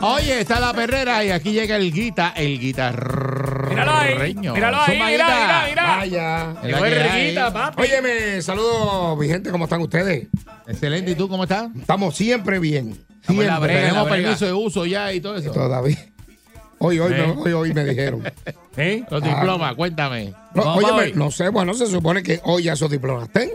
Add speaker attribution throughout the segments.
Speaker 1: Oye, está la perrera y aquí llega el guita, el guitarreño.
Speaker 2: Míralo ahí, míralo ahí,
Speaker 1: Zumba,
Speaker 2: mira,
Speaker 1: guita.
Speaker 2: mira,
Speaker 1: eh.
Speaker 2: mira.
Speaker 3: Vaya.
Speaker 1: Es la
Speaker 2: Llegó el
Speaker 1: que hay.
Speaker 2: Riquita, papi.
Speaker 3: Óyeme, saludos, mi gente, ¿cómo están ustedes?
Speaker 1: Excelente, ¿y tú cómo estás?
Speaker 3: Estamos siempre bien.
Speaker 1: Estamos en
Speaker 3: Siempre.
Speaker 1: la brega,
Speaker 2: en la
Speaker 1: tenemos
Speaker 2: brega.
Speaker 1: permiso de uso ya y todo eso.
Speaker 3: Todavía. Hoy, hoy,
Speaker 2: Eh.
Speaker 3: me, hoy, hoy me dijeron.
Speaker 2: ¿Eh?
Speaker 1: Los diplomas, cuéntame.
Speaker 3: No,
Speaker 2: Vamos
Speaker 3: óyeme,
Speaker 2: hoy.
Speaker 3: no sé, bueno, se supone que hoy ya esos diplomas estén.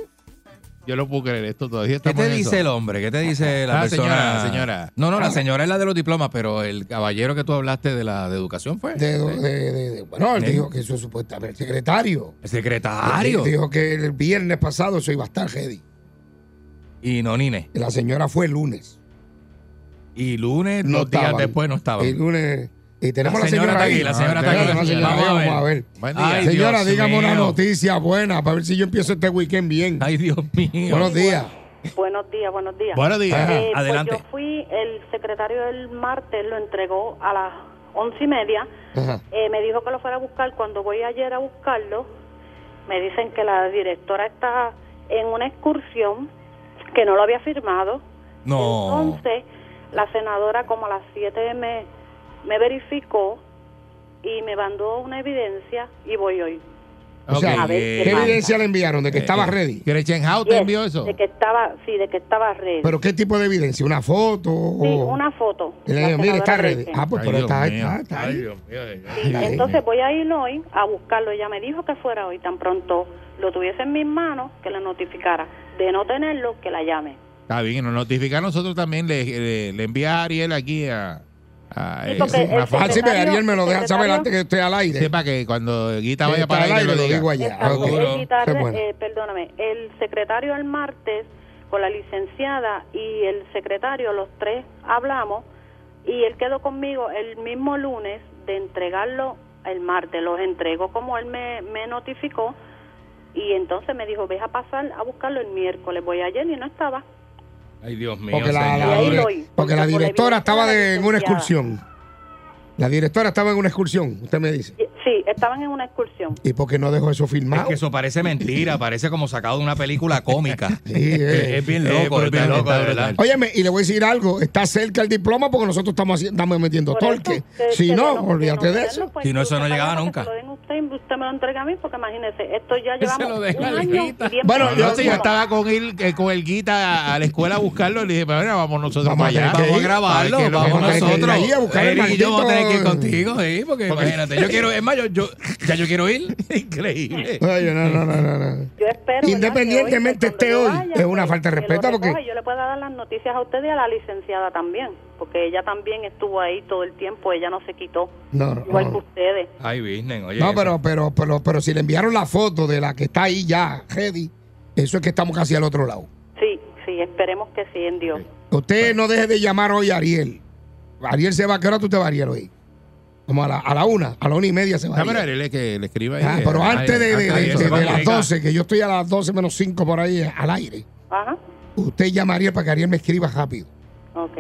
Speaker 1: Yo no puedo creer esto, todavía
Speaker 4: ¿Qué
Speaker 1: estamos
Speaker 4: te
Speaker 1: en eso.
Speaker 4: dice el hombre? ¿Qué te dice la
Speaker 1: Ah,
Speaker 4: persona?
Speaker 1: señora, la señora.
Speaker 4: No, no, la señora es la de los diplomas, pero el caballero que tú hablaste de la de educación fue.
Speaker 3: De,
Speaker 4: Sí.
Speaker 3: de- de- de- bueno, él
Speaker 4: Sí.
Speaker 3: dijo que eso es supuestamente el secretario.
Speaker 4: El secretario.
Speaker 3: Él Dijo que el viernes pasado eso iba a estar ready.
Speaker 4: Y no, Nine.
Speaker 3: Y La señora fue el lunes.
Speaker 4: Y lunes,
Speaker 3: No
Speaker 4: dos días
Speaker 3: estaban.
Speaker 4: después no estaba.
Speaker 3: El lunes. Y tenemos
Speaker 4: La
Speaker 3: la señora,
Speaker 4: señora está
Speaker 3: ahí.
Speaker 4: aquí, la señora
Speaker 1: está aquí.
Speaker 3: Tenemos la señora ahí,
Speaker 4: Vamos a
Speaker 3: Vamos a ver.
Speaker 1: Buen día.
Speaker 4: Ay,
Speaker 3: Señora,
Speaker 4: Dios
Speaker 3: dígame una
Speaker 4: mío.
Speaker 3: noticia buena para ver si yo empiezo este weekend bien.
Speaker 4: Ay, Dios mío.
Speaker 3: Buenos días.
Speaker 5: Buenos días, buenos días.
Speaker 1: Buenos días.
Speaker 3: Ajá.
Speaker 5: Eh, pues
Speaker 4: adelante.
Speaker 5: yo fui, el secretario el martes lo entregó a las once y media.
Speaker 3: Ajá.
Speaker 5: Eh, me dijo que lo fuera a buscar. Cuando voy ayer a buscarlo, me dicen que la directora está en una excursión que no lo había firmado.
Speaker 4: No.
Speaker 5: Entonces, la senadora como a las 7 me, me verificó y me mandó una evidencia y voy hoy.
Speaker 3: O sea,
Speaker 5: A ver qué
Speaker 3: ¿qué
Speaker 5: pasa.
Speaker 3: evidencia le enviaron de que estaba ready?
Speaker 1: Gretchenhaus te
Speaker 5: Yes,
Speaker 1: envió eso.
Speaker 5: De que estaba, sí, de que estaba ready.
Speaker 3: ¿Pero qué tipo de evidencia? ¿Una foto?
Speaker 5: Sí,
Speaker 3: o-
Speaker 5: una foto.
Speaker 3: Le
Speaker 5: La
Speaker 3: digo, mire, está
Speaker 5: senadora
Speaker 3: ready.
Speaker 5: Gretchen.
Speaker 3: Ah, pues,
Speaker 1: Ay,
Speaker 3: pero
Speaker 1: Dios
Speaker 3: está,
Speaker 1: mío.
Speaker 3: está, está
Speaker 1: Ay,
Speaker 3: ahí.
Speaker 1: Dios mío.
Speaker 3: Sí, ahí.
Speaker 5: Entonces voy a ir hoy a buscarlo. Ella me dijo que fuera hoy. Tan pronto lo tuviese en mis manos, que la notificara. De no tenerlo, que la llame.
Speaker 1: Está bien, nos notifica a nosotros también, le, le, le envía a Ariel aquí a... a
Speaker 5: Sí, porque
Speaker 1: una
Speaker 5: el
Speaker 1: foto.
Speaker 3: Ah, sí, pero Ariel me lo deja
Speaker 5: secretario-
Speaker 3: saber antes que esté al aire.
Speaker 1: Sepa que cuando Guita
Speaker 3: Que
Speaker 1: vaya
Speaker 3: está
Speaker 1: para
Speaker 3: al
Speaker 1: allá
Speaker 3: aire,
Speaker 1: lo
Speaker 3: lo
Speaker 1: diga.
Speaker 3: digo allá.
Speaker 5: Exacto.
Speaker 3: Ah, Ok.
Speaker 4: Seguro.
Speaker 5: El guitarre-
Speaker 3: Qué bueno.
Speaker 5: eh, perdóname, el secretario el martes con la licenciada y el secretario, los tres hablamos y él quedó conmigo el mismo lunes de entregarlo el martes. Los entregó como él me, me notificó y entonces me dijo, ve a pasar a buscarlo el miércoles. Voy ayer y no estaba.
Speaker 4: Ay, Dios mío.
Speaker 3: Porque la,
Speaker 4: señor.
Speaker 3: la-
Speaker 5: Y ahí
Speaker 3: dire-
Speaker 5: voy,
Speaker 3: porque la
Speaker 5: por la
Speaker 3: directora
Speaker 5: directora
Speaker 3: estaba de- en una
Speaker 5: licenciada.
Speaker 3: excursión. La directora estaba en una excursión, usted me dice.
Speaker 5: Y- Sí, estaban en una excursión.
Speaker 3: ¿Y por qué no dejó eso
Speaker 4: Es
Speaker 3: filmado?
Speaker 4: que eso parece mentira, parece como sacado de una película cómica.
Speaker 3: Sí, eh.
Speaker 4: Es bien
Speaker 1: Eh,
Speaker 4: loco,
Speaker 1: brutal,
Speaker 4: es bien loco,
Speaker 1: está
Speaker 4: de verdad.
Speaker 1: brutal.
Speaker 3: Óyeme, y le voy a decir algo, está cerca el diploma porque nosotros estamos, haci- estamos metiendo
Speaker 5: Por eso,
Speaker 3: torque.
Speaker 5: que-
Speaker 3: Si
Speaker 5: que
Speaker 3: no,
Speaker 5: no- que
Speaker 3: olvídate
Speaker 5: no
Speaker 3: de
Speaker 5: me
Speaker 3: eso.
Speaker 5: den, pues,
Speaker 4: Si no, eso no
Speaker 5: usted
Speaker 4: llegaba
Speaker 5: paga
Speaker 4: nunca.
Speaker 5: para que se lo den usted, usted me lo entrega a mí, porque imagínese, esto ya
Speaker 4: Él se
Speaker 5: llevamos
Speaker 4: lo deja
Speaker 5: un
Speaker 4: a la
Speaker 5: año
Speaker 4: hijita.
Speaker 5: y diez
Speaker 3: Bueno,
Speaker 1: No,
Speaker 5: meses.
Speaker 1: no, sí, yo
Speaker 3: como-
Speaker 1: estaba con el, eh, con el guita a la escuela a buscarlo. Le dije, pero mira, vamos nosotros
Speaker 3: Vamos a
Speaker 1: para allá.
Speaker 3: tener que
Speaker 4: Vamos a
Speaker 3: ir.
Speaker 4: grabarlo,
Speaker 1: Ay, que lo
Speaker 4: vamos
Speaker 1: vamos a tener que ir
Speaker 4: nosotros.
Speaker 3: ahí a buscar el
Speaker 4: Eric y yo vamos a tener que ir
Speaker 3: maldito-
Speaker 4: contigo, sí, porque imagínate, yo quiero, es más, yo, yo- ya yo quiero ir. Increíble.
Speaker 3: Oye, no, no, no, no, no.
Speaker 5: Yo espero, ¿verdad?
Speaker 3: Independientemente
Speaker 5: que
Speaker 3: esté
Speaker 5: hoy,
Speaker 3: hoy,
Speaker 5: que cuando yo
Speaker 3: es una
Speaker 5: vaya, pues,
Speaker 3: falta de
Speaker 5: que
Speaker 3: respeto
Speaker 5: lo recoja
Speaker 3: porque-
Speaker 5: y Yo le pueda dar las noticias a usted y a la licenciada también, porque ella también estuvo ahí todo el tiempo, ella no se quitó,
Speaker 3: No, no,
Speaker 5: igual
Speaker 3: no.
Speaker 5: que ustedes.
Speaker 4: Ay, business, oye.
Speaker 3: No,
Speaker 4: eso.
Speaker 3: pero, pero, pero, pero si le enviaron la foto de la que está ahí ya, ready, eso es que estamos casi al otro lado.
Speaker 5: Sí, sí, esperemos que sí, en Dios.
Speaker 3: Usted no deje de llamar hoy a Ariel. Ariel se va, ¿a qué hora tú te vas, Ariel, hoy? Como a la, a la una, a la una y media se va.
Speaker 1: Ah, pero
Speaker 3: Ariel.
Speaker 1: Ariel es que le escriba eh, ahí.
Speaker 3: Ah, pero
Speaker 1: Ay,
Speaker 3: antes de, de-
Speaker 1: antes
Speaker 3: de-
Speaker 1: eso,
Speaker 3: de- de
Speaker 1: vamos,
Speaker 3: las
Speaker 1: venga.
Speaker 3: 12, que yo estoy a las 12 menos 5 por ahí eh, al aire,
Speaker 5: Ajá,
Speaker 3: usted llama a Ariel para que Ariel me escriba rápido,
Speaker 5: ok.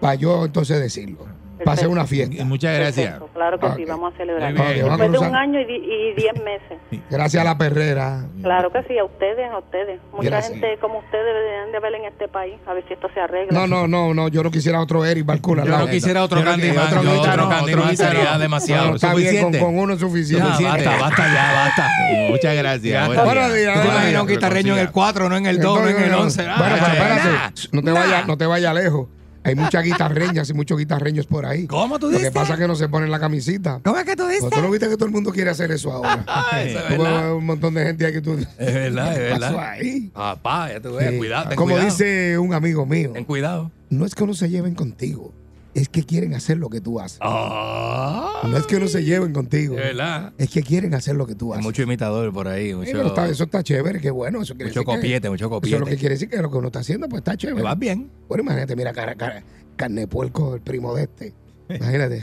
Speaker 3: para yo entonces decirlo, para hacer una
Speaker 1: Y
Speaker 3: fiesta.
Speaker 1: Muchas gracias.
Speaker 5: perfecto, claro que
Speaker 3: Ah,
Speaker 5: sí,
Speaker 3: ok.
Speaker 5: vamos a celebrar.
Speaker 1: Muy bien.
Speaker 5: Después de
Speaker 3: Vamos a
Speaker 5: un
Speaker 3: cruzar.
Speaker 5: año y, di- y diez meses.
Speaker 3: Gracias a la perrera.
Speaker 5: Claro que sí, a ustedes, a ustedes. Mucha
Speaker 3: Mm. Gracias.
Speaker 5: gente como ustedes deberían de haber en este país, a ver si esto se arregla.
Speaker 3: No, no, no, no, yo no quisiera otro Eric Barcula.
Speaker 4: Yo no quisiera otro
Speaker 1: Yo creo que
Speaker 4: Candyman,
Speaker 1: otro
Speaker 4: yo
Speaker 1: Guita
Speaker 4: otro
Speaker 1: no,
Speaker 4: Candyman
Speaker 1: otro Guita
Speaker 4: sería
Speaker 1: no.
Speaker 4: demasiado.
Speaker 3: está bien, con, con uno es
Speaker 4: Ya,
Speaker 3: suficiente.
Speaker 4: basta, basta, ya, basta.
Speaker 1: Muchas gracias.
Speaker 4: Basta.
Speaker 1: Buen día.
Speaker 4: ¿Tú te
Speaker 3: Ay,
Speaker 4: imaginas un guitarreño en el 4, no en el 2, no en el ah, 11?
Speaker 3: Bueno, pero espérate, no te vayas no te vaya lejos. Hay muchas guitarreñas y muchos guitarreños por ahí.
Speaker 4: ¿Cómo tú
Speaker 3: Lo que
Speaker 4: dices?
Speaker 3: pasa es que no se ponen la camisita.
Speaker 4: ¿Cómo es que tú dices?
Speaker 3: ¿Tú no viste que todo el mundo quiere hacer eso ahora?
Speaker 4: Ay, eso es
Speaker 3: Tú ves
Speaker 4: verdad.
Speaker 3: un montón de gente ahí que tú...
Speaker 4: Es verdad, es
Speaker 3: ¿Qué pasó
Speaker 4: verdad.
Speaker 3: ahí?
Speaker 4: Papá, ya te voy a
Speaker 3: Sí.
Speaker 4: cuidado, ten
Speaker 3: Eh, Como
Speaker 4: cuidado.
Speaker 3: dice un amigo mío,
Speaker 4: Ten cuidado.
Speaker 3: no es que no se lleven contigo, es que quieren hacer lo que tú haces.
Speaker 4: Ah,
Speaker 3: No es que no se lleven contigo.
Speaker 4: de verdad.
Speaker 3: Es que quieren hacer lo que tú
Speaker 4: Hay
Speaker 3: haces.
Speaker 4: mucho imitador por ahí.
Speaker 3: Sí,
Speaker 4: Mucho,
Speaker 3: pero está- eso está chévere, qué bueno. Eso quiere
Speaker 4: mucho
Speaker 3: decir que-
Speaker 4: copiete, mucho
Speaker 3: Eso es lo que
Speaker 4: copiete.
Speaker 3: quiere decir que lo que uno está haciendo, pues está
Speaker 4: Te
Speaker 3: chévere.
Speaker 4: vas bien.
Speaker 3: Bueno, imagínate, mira, cara, cara- carne de puerco, el primo de este. Imagínate.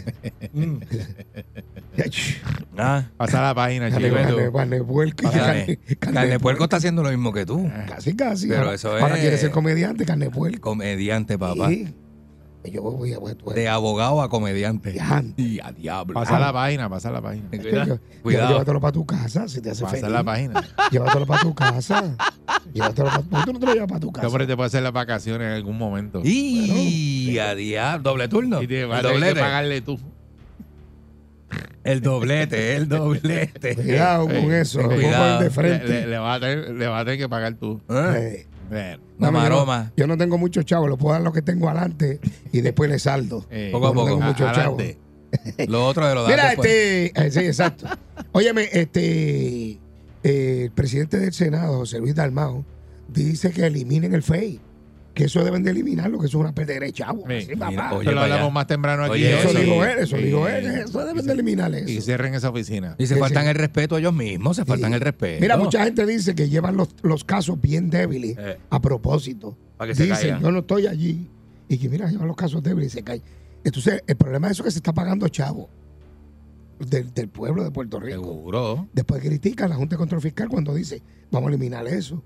Speaker 3: Mm. Ya, ch-
Speaker 4: Ah,
Speaker 1: Pasa la página,
Speaker 3: carne,
Speaker 1: chico.
Speaker 3: carne- carne de puerco. y
Speaker 4: Pasa
Speaker 3: carne-
Speaker 4: de-
Speaker 3: carne
Speaker 4: Carne
Speaker 3: de Ah.
Speaker 4: de Puerco está haciendo lo mismo que tú.
Speaker 3: puerco. Casi, casi.
Speaker 4: Pero
Speaker 3: ahora,
Speaker 4: eso
Speaker 3: ahora
Speaker 4: es-
Speaker 3: quiere ser comediante, carne de puerco.
Speaker 4: Comediante, papá.
Speaker 3: Sí. Yo voy a... Voy a- voy a-
Speaker 4: De abogado a comediante.
Speaker 3: Ya.
Speaker 4: Y a diablo.
Speaker 1: Pasa la página, pasa la página.
Speaker 4: Cuidado.
Speaker 3: Yo-
Speaker 4: Cuidado.
Speaker 3: Llévatelo para tu casa, si te hace
Speaker 1: Pasa
Speaker 3: feliz.
Speaker 1: la página.
Speaker 3: Llévatelo para tu casa. llévatelo para... ¿Por qué tú no te lo llevas para tu casa?
Speaker 1: Este hombre te puede hacer las vacaciones en algún momento.
Speaker 4: Y a diablo. Doble turno.
Speaker 1: Y te va a
Speaker 4: El
Speaker 1: tener que
Speaker 4: doblete.
Speaker 1: pagarle tú.
Speaker 4: El doblete, el doblete.
Speaker 3: Cuidado con
Speaker 1: Eh,
Speaker 3: eso.
Speaker 1: eh,
Speaker 3: lo pongo
Speaker 4: cuidado.
Speaker 3: de
Speaker 1: Le,
Speaker 3: frente.
Speaker 1: le- le vas a tener, le vas a tener que pagar tú.
Speaker 4: Ah,
Speaker 3: Eh,
Speaker 1: Bueno,
Speaker 4: Una
Speaker 3: dame, yo no-
Speaker 4: maroma.
Speaker 3: Yo no tengo muchos chavos, lo puedo dar lo que tengo adelante y después le saldo.
Speaker 1: eh,
Speaker 4: Poco a
Speaker 3: Yo no
Speaker 4: poco.
Speaker 3: tengo muchos
Speaker 1: adelante.
Speaker 3: chavos.
Speaker 4: Lo otro de pues. lo de
Speaker 3: Mira, este. eh, sí, exacto. Óyeme, este. eh, el presidente del Senado, José Luis Dalmao, dice que eliminen el FEI. Que eso deben de eliminarlo, que eso es una pérdida de chavo.
Speaker 1: Sí,
Speaker 3: Así, papá.
Speaker 4: mira,
Speaker 1: Eso
Speaker 4: Oye,
Speaker 1: lo
Speaker 4: para allá.
Speaker 1: hablamos más temprano aquí.
Speaker 4: Oye,
Speaker 3: eso
Speaker 4: eso,
Speaker 3: dijo
Speaker 4: sí.
Speaker 3: él, eso dijo él.
Speaker 1: eh,
Speaker 3: Eso deben de eliminar
Speaker 1: Y
Speaker 3: eso.
Speaker 1: cierren esa oficina.
Speaker 4: Y se
Speaker 3: Sí,
Speaker 4: faltan
Speaker 3: sí.
Speaker 4: el respeto a ellos mismos, se faltan
Speaker 3: Sí.
Speaker 4: el respeto.
Speaker 3: Mira, mucha gente dice que llevan los, los casos bien débiles
Speaker 4: Eh.
Speaker 3: a propósito.
Speaker 4: Para que se
Speaker 3: Dicen,
Speaker 4: caigan.
Speaker 3: yo no estoy allí. Y que mira, llevan los casos débiles y se caen. Entonces, el problema es eso que se está pagando chavo del, del pueblo de Puerto Rico.
Speaker 4: Seguro.
Speaker 3: Después critican a la Junta de Control Fiscal cuando dice, vamos a eliminar eso.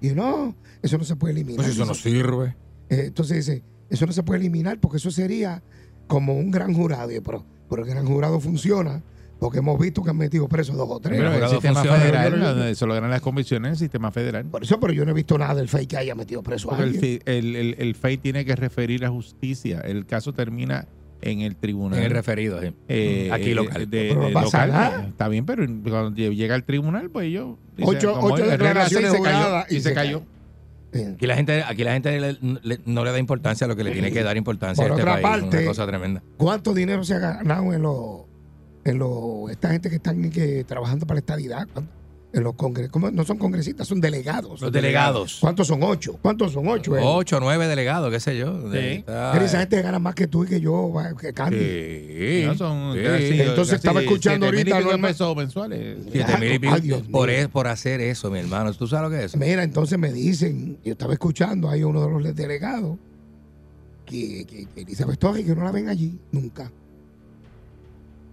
Speaker 3: Y no, eso no se puede eliminar.
Speaker 4: Pues eso no
Speaker 3: Dice,
Speaker 4: sirve.
Speaker 3: eh, entonces dice, eso no se puede eliminar porque eso sería como un gran jurado. Y yo, pero, pero el gran jurado funciona porque hemos visto que han metido presos dos o tres.
Speaker 1: Pero el
Speaker 4: jurado
Speaker 1: sistema
Speaker 4: funciona.
Speaker 1: federal, eh, donde se logran las convicciones, el sistema federal.
Speaker 3: Por eso, pero yo no he visto nada del fake que haya metido preso a
Speaker 1: Porque el,
Speaker 3: alguien.
Speaker 1: fi- el, el- el FEI tiene que referir a justicia. El caso termina en el tribunal.
Speaker 4: En el referido, sí.
Speaker 1: eh,
Speaker 4: Aquí
Speaker 1: eh,
Speaker 4: local.
Speaker 1: de-
Speaker 3: Pero no
Speaker 1: de
Speaker 3: pasa
Speaker 1: local. pues,
Speaker 3: nada.
Speaker 1: Está bien, pero cuando llega al tribunal, pues ellos. dicen,
Speaker 3: Ocho-
Speaker 1: como
Speaker 3: ocho
Speaker 1: es, regla
Speaker 3: declaraciones
Speaker 1: seis, se cayó,
Speaker 3: juradas
Speaker 1: y, se cayó.
Speaker 3: Eh,
Speaker 4: Aquí la gente, aquí la gente le- le- no le da importancia a lo que le tiene que dar importancia
Speaker 3: Por
Speaker 4: a este
Speaker 3: otra
Speaker 4: país.
Speaker 3: parte-
Speaker 4: Una cosa tremenda.
Speaker 3: ¿Cuánto dinero se ha ganado en los en los esta gente que están que, trabajando para la estadidad? ¿Cuánto? En los congres, ¿cómo? no son congresistas, son delegados.
Speaker 4: Los delegados.
Speaker 3: ¿Cuántos son ocho? ¿Cuántos son ocho? eh?
Speaker 4: Ocho, nueve delegados, qué sé yo.
Speaker 1: Sí.
Speaker 4: Está-
Speaker 3: Pero esa gente gana más que tú y que yo, va, que Candy.
Speaker 4: Sí.
Speaker 1: No, son
Speaker 4: Sí.
Speaker 1: casi-
Speaker 3: Entonces, estaba escuchando
Speaker 1: siete mil y
Speaker 3: ahorita,
Speaker 1: pico de
Speaker 3: Norma.
Speaker 1: pesos mensuales.
Speaker 4: Siete mil y pico.
Speaker 3: Ay, Dios mío.
Speaker 4: por, es- por hacer eso, mi hermano. ¿Tú sabes lo que es eso?
Speaker 3: Mira, entonces me dicen, yo estaba escuchando ahí uno de los delegados, que, que, que Elizabeth Torres, que no la ven allí nunca.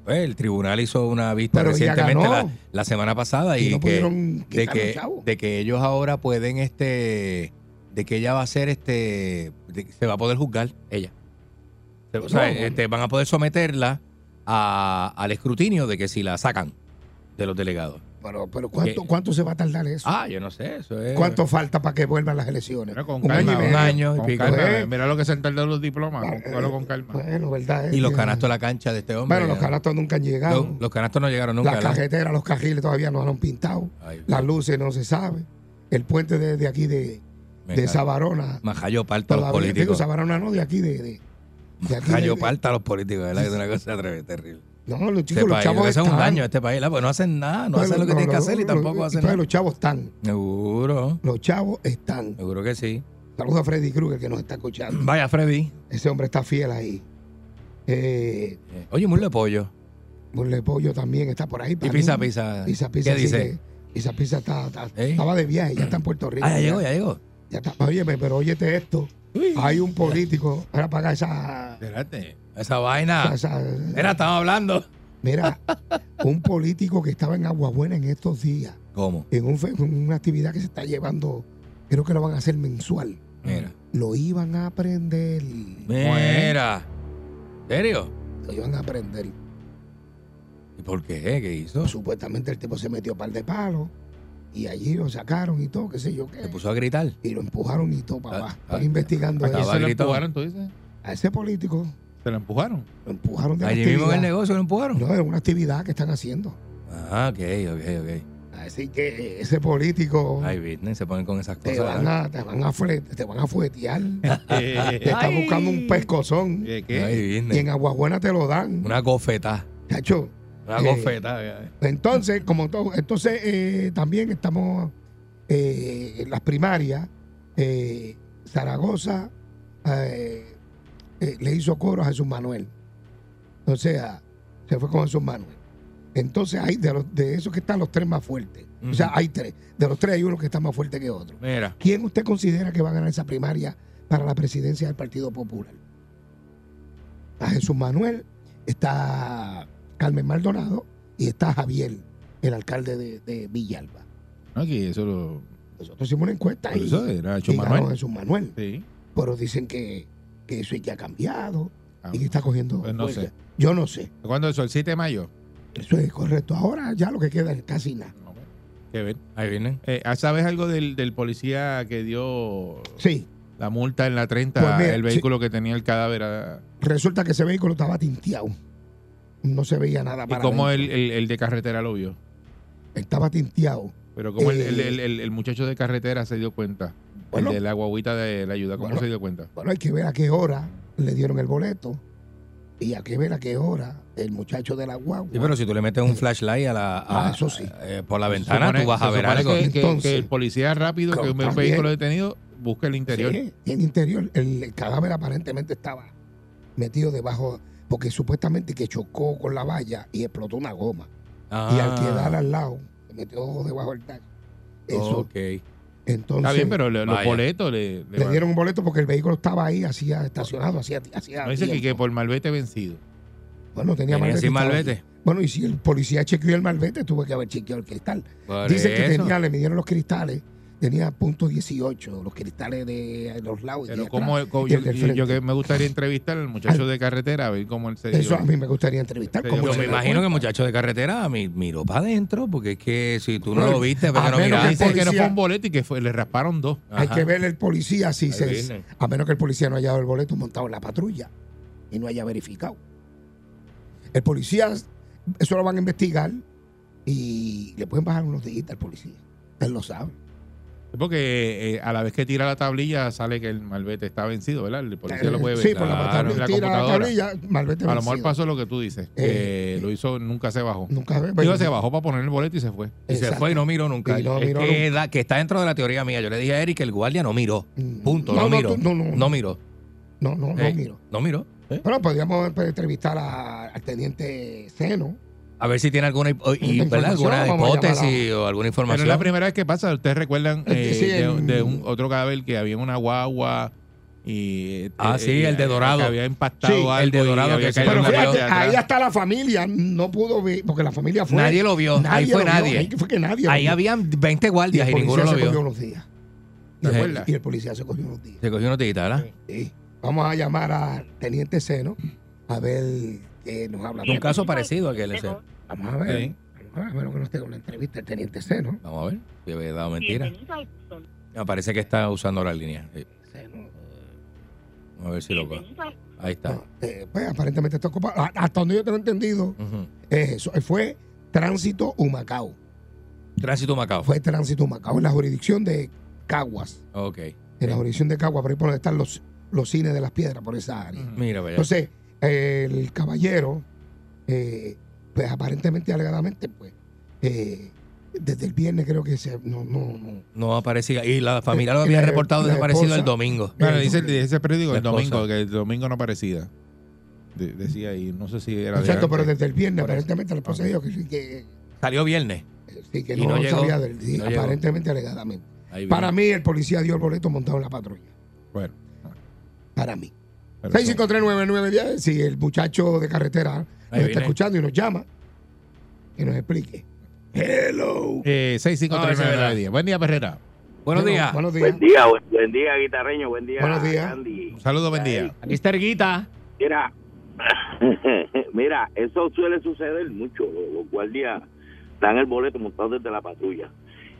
Speaker 4: Pues, el tribunal hizo una vista
Speaker 3: Pero ella
Speaker 4: recientemente,
Speaker 3: ganó.
Speaker 4: la, la semana pasada, y,
Speaker 3: Y no
Speaker 4: que,
Speaker 3: pudieron
Speaker 4: de,
Speaker 3: quitar a los
Speaker 4: que,
Speaker 3: chavos.
Speaker 4: de que ellos ahora pueden, este, de que ella va a ser, este, de- se va a poder juzgar, ella. Se- O sea,
Speaker 3: No.
Speaker 4: este, van a poder someterla a- al escrutinio de que si la sacan de los delegados.
Speaker 3: Pero, pero ¿cuánto,
Speaker 4: Que-
Speaker 3: ¿cuánto se va a tardar eso?
Speaker 4: Ah, yo no sé, eso es.
Speaker 3: ¿Cuánto falta para que vuelvan las elecciones?
Speaker 1: Bueno, con
Speaker 3: Un año y
Speaker 1: calma,
Speaker 3: medio.
Speaker 4: un año y
Speaker 1: Con
Speaker 4: pico.
Speaker 1: calma,
Speaker 3: Eh.
Speaker 1: Mira lo que se han tardado los diplomas. Cógelo con calma.
Speaker 3: Bueno, verdad. es
Speaker 4: Y los
Speaker 3: que-
Speaker 4: canastos a la cancha de este hombre.
Speaker 3: Bueno, los
Speaker 4: ya.
Speaker 3: canastos nunca han llegado.
Speaker 4: Los, los canastos no llegaron nunca.
Speaker 3: Las
Speaker 4: ¿no?
Speaker 3: cajeteras, los cajiles todavía no han pintado.
Speaker 4: Ay,
Speaker 3: Las luces no se sabe. El puente de, de aquí de,
Speaker 4: me
Speaker 3: de
Speaker 4: encanta.
Speaker 3: Sabarona.
Speaker 4: Majayo parta a los
Speaker 3: Todavía digo
Speaker 4: políticos.
Speaker 3: Sabarona no, de aquí de. de, de aquí de-
Speaker 4: Majayo
Speaker 3: de-
Speaker 4: parta a los políticos, ¿verdad? Es una cosa tremenda, terrible.
Speaker 3: No, los chicos,
Speaker 4: Este
Speaker 3: los
Speaker 4: país,
Speaker 3: chavos.
Speaker 4: eso es un
Speaker 3: están.
Speaker 4: daño a este país, ¿verdad? Pues no hacen nada, no
Speaker 3: Pero
Speaker 4: hacen lo que
Speaker 3: no,
Speaker 4: tienen que
Speaker 3: los-
Speaker 4: hacer y
Speaker 3: los-
Speaker 4: tampoco
Speaker 3: y pues
Speaker 4: hacen
Speaker 3: pero
Speaker 4: nada.
Speaker 3: los chavos están.
Speaker 4: Seguro,
Speaker 3: Los chavos están.
Speaker 4: seguro que sí.
Speaker 3: Saludos a Freddy Krueger que nos está escuchando.
Speaker 4: Vaya, Freddy.
Speaker 3: Ese hombre está fiel ahí. Eh,
Speaker 4: Eh, Oye, Murlo de Pollo.
Speaker 3: Burle Pollo también está por ahí.
Speaker 4: Y
Speaker 3: Palú.
Speaker 4: pizza, pizza.
Speaker 3: Pisa Pisa.
Speaker 4: ¿Qué
Speaker 3: sí
Speaker 4: dice?
Speaker 3: que- Pisa Pisa está- está-
Speaker 4: ¿Eh?
Speaker 3: estaba de viaje, ya está en Puerto Rico.
Speaker 4: Ah, ya llegó, ya llegó.
Speaker 3: ya está. Óyeme, pero óyete esto. Hay un político, para pagar esa...
Speaker 1: Espérate.
Speaker 4: Esa vaina.
Speaker 3: esa-
Speaker 4: Ah. Era, estamos hablando.
Speaker 3: mira, un político que estaba en Aguabuena en estos días,
Speaker 4: ¿Cómo?
Speaker 3: en, un fe- en una actividad que se está llevando, creo que lo van a hacer mensual,
Speaker 4: Mira.
Speaker 3: lo iban a aprender.
Speaker 4: Mira. ¿En serio?
Speaker 3: Lo iban a aprender.
Speaker 4: ¿Y por qué? ¿Qué hizo?
Speaker 3: Pues, Supuestamente el tipo se metió par de palos y allí lo sacaron y todo, qué sé yo
Speaker 4: Se
Speaker 3: qué.
Speaker 4: puso a gritar.
Speaker 3: Y lo empujaron y todo, papá.
Speaker 4: Ah,
Speaker 3: Están
Speaker 4: ah,
Speaker 3: investigando
Speaker 4: ah,
Speaker 3: eso.
Speaker 4: estaba
Speaker 1: ¿Se lo
Speaker 4: gritón.
Speaker 1: empujaron, tú dices?
Speaker 3: A ese político
Speaker 1: ¿Se lo empujaron?
Speaker 3: lo empujaron de la
Speaker 4: Allí mismo en el
Speaker 3: actividad.
Speaker 4: negocio lo empujaron.
Speaker 3: No, era una actividad que están haciendo.
Speaker 4: Ah, ok, ok,
Speaker 3: Así que ese político
Speaker 4: ok. Ay, business, se ponen con esas
Speaker 3: te,
Speaker 4: cosas.
Speaker 3: van
Speaker 4: ¿verdad?
Speaker 3: a, te, van a fle- te van a fuetear. te
Speaker 1: Eh,
Speaker 3: está buscando un pescozón.
Speaker 1: eh, ¿Qué?
Speaker 4: Ay,
Speaker 3: Y en
Speaker 4: business.
Speaker 3: Aguabuena te lo dan.
Speaker 4: Una gofeta.
Speaker 3: Chacho.
Speaker 4: Una
Speaker 3: Eh,
Speaker 4: gofeta.
Speaker 3: Entonces, como todo, entonces eh, también estamos eh, en las primarias. eh, Zaragoza, eh, eh, le hizo cobro a Jesús Manuel. O sea, se fue con Jesús Manuel. Entonces, hay de, los, de esos que están los tres más fuertes. O sea, hay tres. De los tres hay uno que está más fuerte que otro.
Speaker 4: Mira.
Speaker 3: ¿Quién usted considera que va a ganar esa primaria para la presidencia del Partido Popular? A Jesús Manuel, está Carmen Maldonado y está Javier, el alcalde de, de Villalba.
Speaker 1: Aquí, eso lo.
Speaker 3: Nosotros hicimos una encuesta
Speaker 1: Por
Speaker 3: y,
Speaker 1: eso era Jesús
Speaker 3: y ganó
Speaker 1: Manuel.
Speaker 3: Jesús Manuel.
Speaker 1: Sí.
Speaker 3: Pero dicen que, que eso ya ha cambiado
Speaker 1: Ah,
Speaker 3: y que está cogiendo.
Speaker 1: pues no
Speaker 3: fuerza.
Speaker 1: sé.
Speaker 3: Yo no sé.
Speaker 1: ¿Cuándo es el 7 de mayo?
Speaker 3: Eso es correcto. Ahora ya lo que queda es casi nada.
Speaker 1: Que ven.
Speaker 4: Ahí vienen.
Speaker 1: Eh, ¿Sabes algo del, del policía que dio
Speaker 3: Sí,
Speaker 1: la multa en la 30?
Speaker 3: Pues mira,
Speaker 1: el
Speaker 3: sí.
Speaker 1: vehículo que tenía el cadáver. ah,
Speaker 3: resulta que ese vehículo estaba tinteado. No se veía nada
Speaker 1: ¿Y
Speaker 3: para
Speaker 1: cómo
Speaker 3: adentro.
Speaker 1: el, el- el de carretera lo vio?
Speaker 3: Estaba tinteado.
Speaker 1: Pero como el, el-
Speaker 3: Eh.
Speaker 1: el- el- el muchacho de carretera se dio cuenta.
Speaker 3: Bueno.
Speaker 1: el de la guaguita de la ayuda, ¿cómo
Speaker 3: Bueno.
Speaker 1: se dio cuenta?
Speaker 3: Bueno, hay que ver a qué hora le dieron el boleto y a qué ver a qué hora el muchacho de la guagua.
Speaker 4: Sí, pero si tú le metes un flashlight a la, a-
Speaker 3: Ah, eso sí.
Speaker 4: eh, por la
Speaker 1: Se
Speaker 4: ventana,
Speaker 1: supone-
Speaker 4: tú vas a
Speaker 1: se
Speaker 4: ver
Speaker 1: supone
Speaker 4: algo.
Speaker 1: Que, que-
Speaker 3: Entonces-
Speaker 1: que el policía rápido que un
Speaker 3: También.
Speaker 1: vehículo detenido busca el interior.
Speaker 3: Sí, en interior, el, el cadáver aparentemente estaba metido debajo, porque supuestamente que chocó con la valla y explotó una goma. Y al
Speaker 4: Ah, Oh.
Speaker 3: quedar al lado, se metió debajo del taxi. Eso,
Speaker 4: ok.
Speaker 3: entonces,
Speaker 1: Está bien, pero le- los
Speaker 4: Vaya.
Speaker 1: boletos le, le
Speaker 3: le
Speaker 1: van-
Speaker 3: dieron un boleto porque el vehículo estaba ahí, hacía estacionado, hacía. hacía
Speaker 1: No dice que,
Speaker 3: tiempo.
Speaker 1: que por malvete vencido.
Speaker 3: Bueno, tenía
Speaker 4: Tenía
Speaker 3: malvete.
Speaker 4: sin
Speaker 3: estaba
Speaker 4: malvete.
Speaker 3: ahí. Bueno, y si el policía chequeó el malvete, tuve que haber chequeado el cristal.
Speaker 4: Por
Speaker 3: Dicen que
Speaker 4: eso.
Speaker 3: tenía, le midieron los cristales, tenía punto 18, los cristales de los lados. y
Speaker 1: Pero
Speaker 3: de
Speaker 1: como
Speaker 3: atrás, y
Speaker 1: yo,
Speaker 3: el del
Speaker 1: yo-
Speaker 3: frente.
Speaker 1: yo que me gustaría entrevistar al muchacho de carretera a ver cómo él se dio.
Speaker 3: Eso a mí me gustaría entrevistar.
Speaker 1: Yo
Speaker 3: cómo
Speaker 4: Yo
Speaker 3: se
Speaker 4: me
Speaker 3: da
Speaker 4: imagino que el
Speaker 3: cuenta.
Speaker 4: muchacho de carretera mi- miró para adentro, porque es que si tú no
Speaker 3: Bueno,
Speaker 4: lo viste, pues
Speaker 3: a
Speaker 4: que no
Speaker 3: menos que
Speaker 4: miraste.
Speaker 1: Dice que no
Speaker 3: policía-
Speaker 1: fue un boleto y que fue- le rasparon dos.
Speaker 3: Hay
Speaker 4: Ajá.
Speaker 3: que ver el policía si se.
Speaker 4: viene.
Speaker 3: A menos que el policía no haya dado el boleto montado en la patrulla y no haya verificado. El policía, eso lo van a investigar y le pueden bajar unos días al policía. Él lo sabe.
Speaker 1: Porque eh, a la vez que tira la tablilla sale que el malvete está vencido, ¿verdad? El policía
Speaker 3: Eh,
Speaker 1: lo puede ver.
Speaker 3: sí, por la
Speaker 1: Claro, en
Speaker 3: patrulla. tira la
Speaker 1: computadora.
Speaker 3: tablilla, malvete
Speaker 1: A lo
Speaker 3: vencido.
Speaker 1: mejor pasó lo que tú dices. que
Speaker 3: Eh, pues,
Speaker 1: lo hizo, nunca se bajó.
Speaker 3: Nunca ve.
Speaker 1: Digo, se bajó para poner el boleto y se fue.
Speaker 4: Y se
Speaker 3: Exacto.
Speaker 4: fue y no miró nunca.
Speaker 3: Y no
Speaker 4: Es
Speaker 3: miró
Speaker 4: que,
Speaker 3: nunca.
Speaker 4: da- que está dentro de la teoría mía. Yo le dije a Eric que el guardia no miró.
Speaker 3: Mm,
Speaker 4: Punto.
Speaker 3: no,
Speaker 4: No,
Speaker 3: no,
Speaker 4: miró.
Speaker 3: tú- no, no.
Speaker 4: miró.
Speaker 3: No, no, no
Speaker 4: Eh,
Speaker 3: miro.
Speaker 4: No miró.
Speaker 3: Bueno, podríamos pues, entrevistar a- al teniente Seno.
Speaker 4: A ver si tiene alguna, hip- y-
Speaker 3: Información,
Speaker 4: ¿verdad? alguna
Speaker 3: vamos a
Speaker 4: hipótesis o alguna
Speaker 1: Pero es
Speaker 4: información.
Speaker 1: la primera vez que pasa. Ustedes recuerdan
Speaker 3: Eh,
Speaker 1: eh,
Speaker 3: sí,
Speaker 1: de,
Speaker 3: el-
Speaker 1: de un otro cadáver que había en una guagua y este,
Speaker 4: Ah, sí, el de
Speaker 1: eh,
Speaker 4: Dorado.
Speaker 1: que había impactado
Speaker 3: Sí, el
Speaker 1: algo
Speaker 4: de
Speaker 1: y
Speaker 4: Dorado
Speaker 1: había
Speaker 4: que se
Speaker 1: caído
Speaker 3: Pero
Speaker 1: en la
Speaker 4: vio.
Speaker 3: fíjate,
Speaker 1: parte de atrás.
Speaker 3: ahí hasta la familia no pudo ver, porque la familia fue.
Speaker 4: nadie lo vio. ahí fue
Speaker 3: lo vio,
Speaker 4: nadie.
Speaker 3: ahí fue que nadie. lo
Speaker 4: Ahí
Speaker 3: vio.
Speaker 4: habían 20
Speaker 3: Y el
Speaker 4: guardias y,
Speaker 3: policía
Speaker 4: ninguno lo
Speaker 3: se
Speaker 4: vio. Eh,
Speaker 3: cogió unos días.
Speaker 1: ¿Te
Speaker 4: Y-
Speaker 1: acuerdas?
Speaker 3: Y el policía se cogió unos días.
Speaker 4: Se cogió una tita, ¿verdad?
Speaker 3: Sí. Vamos a llamar a teniente Seno a ver qué nos habla.
Speaker 4: Un caso parecido a que le Vamos
Speaker 3: Vamos a ver.
Speaker 1: Sí.
Speaker 3: Vamos a ver lo que nos tenga la entrevista el teniente Seno.
Speaker 4: a ver. Si había dado mentira. Me parece que está usando la línea. Sí.
Speaker 3: Seno.
Speaker 4: A ver si lo coge. Ahí está.
Speaker 3: No, eh, pues aparentemente está ocupado. A- Hasta donde yo tengo entendido,
Speaker 4: Ujú.
Speaker 3: es eso. Fue tránsito Humacao.
Speaker 4: Tránsito Macao.
Speaker 3: Fue este tránsito Humacao en la jurisdicción de Caguas.
Speaker 4: Ok.
Speaker 3: en la jurisdicción de Cagua, por ahí por donde están los, los cines de las piedras, por esa área.
Speaker 4: Mira, vaya.
Speaker 3: Entonces, el caballero, eh, pues aparentemente, alegadamente, pues, eh, desde el viernes creo que se... No, no, no.
Speaker 4: No aparecía. Y la familia lo
Speaker 3: Eh,
Speaker 4: había
Speaker 3: la-
Speaker 4: reportado
Speaker 3: la
Speaker 4: desaparecido
Speaker 3: esposa-
Speaker 4: el domingo.
Speaker 1: Bueno,
Speaker 3: Eh,
Speaker 1: dice, dice ese periódico
Speaker 4: la
Speaker 1: el domingo,
Speaker 4: esposa.
Speaker 1: que el domingo no parecía. De- decía ahí, no sé si era de
Speaker 3: Exacto, pero
Speaker 1: antes.
Speaker 3: desde el viernes,
Speaker 1: Por eso.
Speaker 3: aparentemente, la esposa dijo que sí que,
Speaker 4: Salió viernes.
Speaker 3: sí que
Speaker 4: Y no
Speaker 3: no,
Speaker 4: llegó.
Speaker 3: sabía del sí,
Speaker 4: No llegó.
Speaker 3: aparentemente, alegadamente.
Speaker 4: Ahí
Speaker 3: Para
Speaker 4: viene.
Speaker 3: mí, el policía dio el boleto montado en la patrulla.
Speaker 1: Bueno,
Speaker 3: Para mí.
Speaker 1: pero eso-
Speaker 3: 6539910, si el muchacho de carretera nos
Speaker 4: viene.
Speaker 3: está escuchando y nos llama, que nos explique. Hello.
Speaker 1: Eh,
Speaker 4: No, esa Ah, es
Speaker 1: 6539910.
Speaker 4: verdad.
Speaker 1: Buen día, Perrera.
Speaker 4: Buenos
Speaker 3: Hello,
Speaker 4: días.
Speaker 3: Buenos días.
Speaker 6: Buen día, buen, buen día, guitarreño, buen día,
Speaker 3: Buenos días.
Speaker 6: Andy.
Speaker 1: Un saludo, buen día.
Speaker 4: Aquí está Erguita.
Speaker 6: Mira, mira, eso suele suceder mucho, los guardias dan el boleto montado desde la patrulla.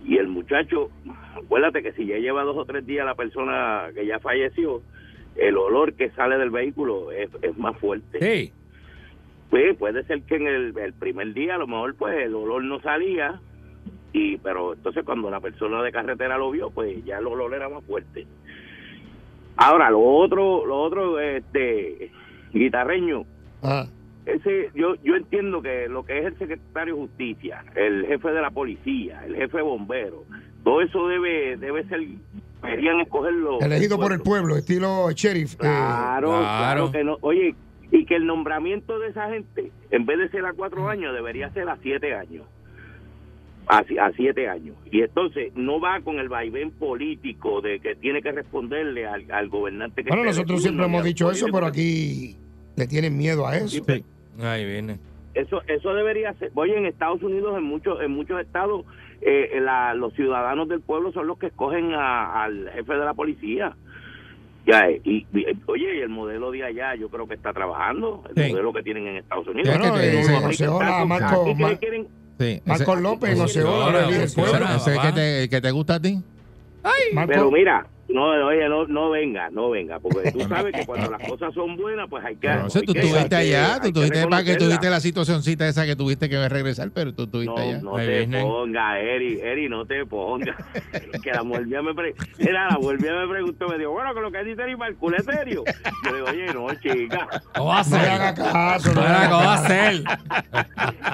Speaker 6: Y el muchacho, acuérdate que si ya lleva dos o tres días la persona que ya falleció, el olor que sale del vehículo es, es más fuerte.
Speaker 4: Sí.
Speaker 6: Pues puede ser que en el, el primer día a lo mejor pues el olor no salía, y pero entonces cuando la persona de carretera lo vio, pues ya el olor era más fuerte. Ahora, lo otro, lo otro, este, guitarreño,
Speaker 3: Ah,
Speaker 6: ese, yo, yo entiendo que lo que es el secretario de justicia, el jefe de la policía, el jefe de bomberos, todo eso debe, debe ser querían escogerlo.
Speaker 3: Elegido por el pueblo, estilo sheriff. eh,
Speaker 6: Claro,
Speaker 4: Claro.
Speaker 6: claro que no. Oye, y que el nombramiento de esa gente, en vez de ser a cuatro años, debería ser a siete años. A, si- a siete años. Y entonces no va con el vaivén político de que tiene que responderle al, al gobernante que
Speaker 3: bueno,
Speaker 6: esté de
Speaker 3: nosotros
Speaker 6: turno,
Speaker 3: siempre
Speaker 6: ni
Speaker 3: hemos
Speaker 6: al
Speaker 3: dicho eso,
Speaker 6: político.
Speaker 3: pero aquí le tienen miedo a eso.
Speaker 4: Ahí viene.
Speaker 6: Eso, eso debería ser. Oye, en Estados Unidos, en muchos, en muchos estados, eh, la- los ciudadanos del pueblo son los que escogen a- al jefe de la policía. Ya, eh, y, y, eh, oye, y el modelo de allá, yo creo que está trabajando. El
Speaker 1: Sí.
Speaker 6: modelo que tienen en Estados Unidos.
Speaker 1: Ya
Speaker 3: Bueno,
Speaker 1: que te
Speaker 3: eh,
Speaker 1: dice-
Speaker 3: Oseola, Marco,
Speaker 6: Aquí
Speaker 3: Mar-
Speaker 6: quieren-
Speaker 1: Sí, ese-
Speaker 3: Marcos López, Oseola,
Speaker 4: Oseola,
Speaker 3: el líder del
Speaker 1: ese-
Speaker 3: pueblo.
Speaker 4: Oseola.
Speaker 1: ese que te, el que te gusta a ti.
Speaker 3: Marco-
Speaker 6: Pero mira, no, oye, no, no venga, no venga, porque tú sabes que cuando las cosas son buenas, pues hay que.
Speaker 1: No, eso
Speaker 6: hay
Speaker 1: tú
Speaker 6: que- hay
Speaker 1: tuviste
Speaker 6: que-
Speaker 1: allá, tú
Speaker 6: hay
Speaker 1: tuviste para que
Speaker 6: reconocerla.
Speaker 1: tuviste la situacióncita esa que tuviste que regresar, pero tú
Speaker 6: No,
Speaker 1: tuviste allá.
Speaker 6: no
Speaker 4: Ahí
Speaker 6: te
Speaker 4: viene.
Speaker 6: ponga, Eri, Eri, no te ponga. que la volvía me pre... Era, la volvía me preguntó, me dijo, bueno, con lo que dice Eri Marcul, ¿es serio? Yo le digo, oye, no, chica.
Speaker 4: ¿Cómo va a
Speaker 3: No le
Speaker 4: ser?
Speaker 3: haga caso, no le haga
Speaker 4: Ahora, ¿Cómo va a ser?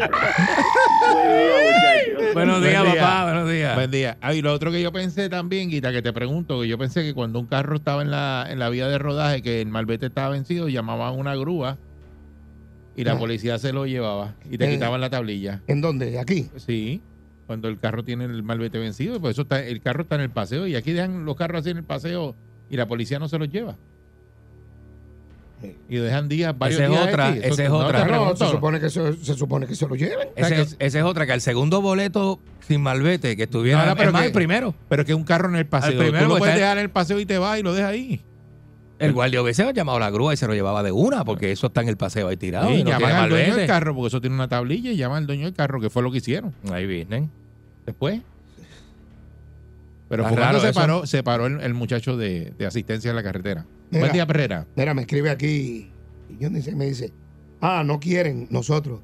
Speaker 6: Buen día, muchachos.
Speaker 4: Buenos días,
Speaker 1: Buen día.
Speaker 4: papá. Buenos días.
Speaker 1: Buen día. Ah, y lo otro que yo pensé también, Guita, que te pregunto, que yo pensé que cuando un carro estaba en la, en la vía de rodaje, que el malvete estaba vencido, llamaban una grúa y la
Speaker 3: Ah.
Speaker 1: policía se lo llevaba y te
Speaker 3: Eh.
Speaker 1: quitaban la tablilla.
Speaker 3: ¿En dónde? ¿Aquí?
Speaker 1: Sí, cuando el carro tiene el malvete vencido, pues eso está, el carro está en el paseo y aquí dejan los carros así en el paseo y la policía no se los lleva. Y dejan días, varios
Speaker 4: Esa es
Speaker 1: días
Speaker 4: otra,
Speaker 1: X. Eso-
Speaker 4: esa es
Speaker 1: no, te
Speaker 4: otra.
Speaker 3: Eh. No,
Speaker 1: pregunto.
Speaker 3: se supone que se, se supone que se lo lleven.
Speaker 4: Ese- Esa es otra, que el segundo boleto sin malvete que estuviera.
Speaker 1: No, no, pero
Speaker 4: es más,
Speaker 1: que-
Speaker 4: el primero.
Speaker 1: Pero que un carro en el paseo,
Speaker 4: primero,
Speaker 1: tú lo
Speaker 4: pues,
Speaker 1: puedes
Speaker 4: está-
Speaker 1: dejar en el paseo y te vas y lo dejas ahí.
Speaker 4: El guardia hubiese llamado a la grúa y se lo llevaba de una, porque eso está en el paseo ahí tirado.
Speaker 1: Sí,
Speaker 4: y no
Speaker 1: llaman
Speaker 4: tiene
Speaker 1: al dueño del
Speaker 4: malvete.
Speaker 1: carro, porque eso tiene una tablilla, y llaman al dueño del carro, que fue lo que hicieron
Speaker 4: Ahí vienen.
Speaker 1: después. Pero
Speaker 4: Está
Speaker 1: fue cuando
Speaker 4: raro
Speaker 1: se
Speaker 4: eso.
Speaker 1: paró, se paró el, el muchacho de, de asistencia en la carretera.
Speaker 3: Mira.
Speaker 1: Buen día, Perrera.
Speaker 3: Mira, me escribe aquí y yo dice, me dice, ah, no quieren nosotros,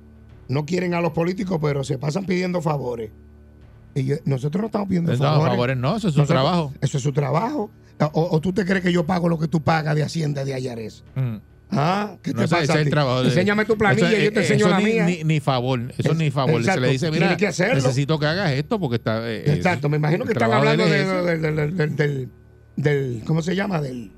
Speaker 3: no quieren a los políticos, pero se pasan pidiendo favores. Y yo, nosotros no estamos pidiendo
Speaker 1: No,
Speaker 3: favores.
Speaker 1: favores no, eso es su
Speaker 3: Nosotros-
Speaker 1: trabajo.
Speaker 3: Eso es su trabajo. O, o tú te crees que yo pago lo que tú pagas de Hacienda de Ayares.
Speaker 1: Mm.
Speaker 3: Ah, ¿qué
Speaker 1: No,
Speaker 3: te
Speaker 1: ese-
Speaker 3: pasa?
Speaker 1: ese
Speaker 3: a
Speaker 1: es el
Speaker 3: ti?
Speaker 1: trabajo de-
Speaker 3: Enséñame tu planilla,
Speaker 1: Eso-
Speaker 3: yo te
Speaker 1: eh,
Speaker 3: enseño
Speaker 1: eso
Speaker 3: la
Speaker 1: ni,
Speaker 3: mía.
Speaker 1: Ni, ni favor, eso
Speaker 3: Es-
Speaker 1: ni favor.
Speaker 3: exacto,
Speaker 1: Se le dice, mira,
Speaker 3: tiene que hacerlo.
Speaker 1: necesito que hagas esto porque está... eh, es-
Speaker 3: Exacto, me imagino
Speaker 1: el
Speaker 3: que están
Speaker 1: trabajo
Speaker 3: hablando
Speaker 1: él
Speaker 3: de-
Speaker 1: es ese.
Speaker 3: del, del, del- del- del- ¿cómo se llama? Del,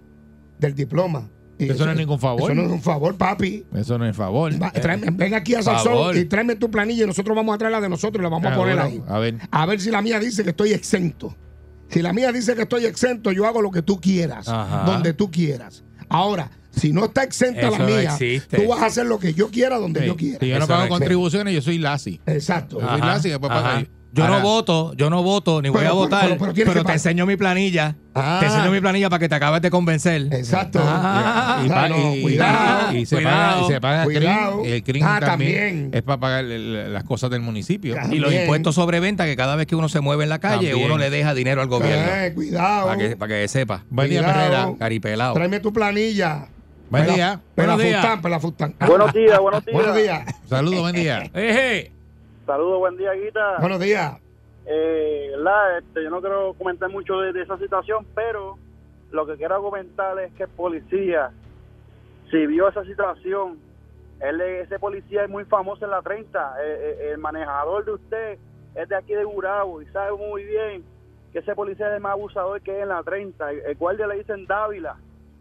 Speaker 3: del diploma. Y
Speaker 1: Eso no es ningún favor.
Speaker 3: Eso no es un favor, papi.
Speaker 1: Eso no es favor.
Speaker 3: Va, tráeme- ven aquí a
Speaker 4: Eh, Favor. Ah,
Speaker 3: Salsón y tráeme tu planilla y nosotros vamos a traer la de nosotros y la vamos a poner ahí.
Speaker 1: Ah, A ver,
Speaker 3: A ver si la mía dice que estoy exento. Si la mía dice que estoy exento, yo hago lo que tú quieras,
Speaker 4: Ajá.
Speaker 3: donde tú quieras. Ahora, si no está exenta la
Speaker 4: Eso no
Speaker 3: mía,
Speaker 4: existe.
Speaker 3: tú vas a hacer lo que yo quiera, donde
Speaker 1: sí,
Speaker 3: yo quiera.
Speaker 1: si yo no
Speaker 4: Eso no
Speaker 1: pago
Speaker 4: existe.
Speaker 1: contribuciones, yo soy lazy.
Speaker 3: Exacto.
Speaker 1: Ah, Yo soy lazy, después
Speaker 4: ajá.
Speaker 1: paso yo.
Speaker 4: Yo
Speaker 1: Ahora-
Speaker 4: no voto, yo no voto, ni voy
Speaker 3: Pero-
Speaker 4: a
Speaker 3: pero-
Speaker 4: votar,
Speaker 3: pero-
Speaker 4: pero,
Speaker 3: pero tienes que
Speaker 4: te
Speaker 3: pagar.
Speaker 4: enseño mi planilla.
Speaker 3: Ah.
Speaker 4: Te enseño mi planilla para que te acabes de convencer.
Speaker 3: Exacto.
Speaker 4: Ah,
Speaker 1: y,
Speaker 3: Ah,
Speaker 1: pa-
Speaker 3: no,
Speaker 1: y- y-
Speaker 3: cuidado,
Speaker 1: y se
Speaker 4: cuidado,
Speaker 1: paga, y se paga
Speaker 3: cuidado.
Speaker 1: CRIM, el CRIM
Speaker 3: Ah,
Speaker 1: también,
Speaker 3: también.
Speaker 1: es para pagar el- las cosas del municipio.
Speaker 3: Ah,
Speaker 4: Y los
Speaker 3: Bien.
Speaker 4: impuestos sobre venta, que cada vez que uno se mueve en la calle,
Speaker 1: También.
Speaker 4: uno le deja dinero al gobierno.
Speaker 3: Eh, cuidado.
Speaker 4: Para que, para que sepa.
Speaker 1: Buen día,
Speaker 3: Cuidado.
Speaker 1: Perrera.
Speaker 4: Caripelado.
Speaker 3: Tráeme tu planilla.
Speaker 1: Buen
Speaker 3: Pela-
Speaker 1: día.
Speaker 3: pela
Speaker 4: Buenos días.
Speaker 3: Fustán, pela Fustán. Ah,
Speaker 6: Buenos días, buenos días.
Speaker 3: Buenos días.
Speaker 1: Saludos, buen
Speaker 4: Eh,
Speaker 1: día.
Speaker 4: Eje.
Speaker 6: Saludos, buen día, Guita.
Speaker 3: Buenos días.
Speaker 6: Eh, ¿verdad? Este, yo no quiero comentar mucho de, de esa situación, pero lo que quiero comentar es que el policía, si vio esa situación, él, es- ese policía es muy famoso en la 30, eh, eh, el manejador de usted es de aquí de Gurabo y sabe muy bien que ese policía es el más abusador que es en la 30, el, el guardia le dicen Dávila,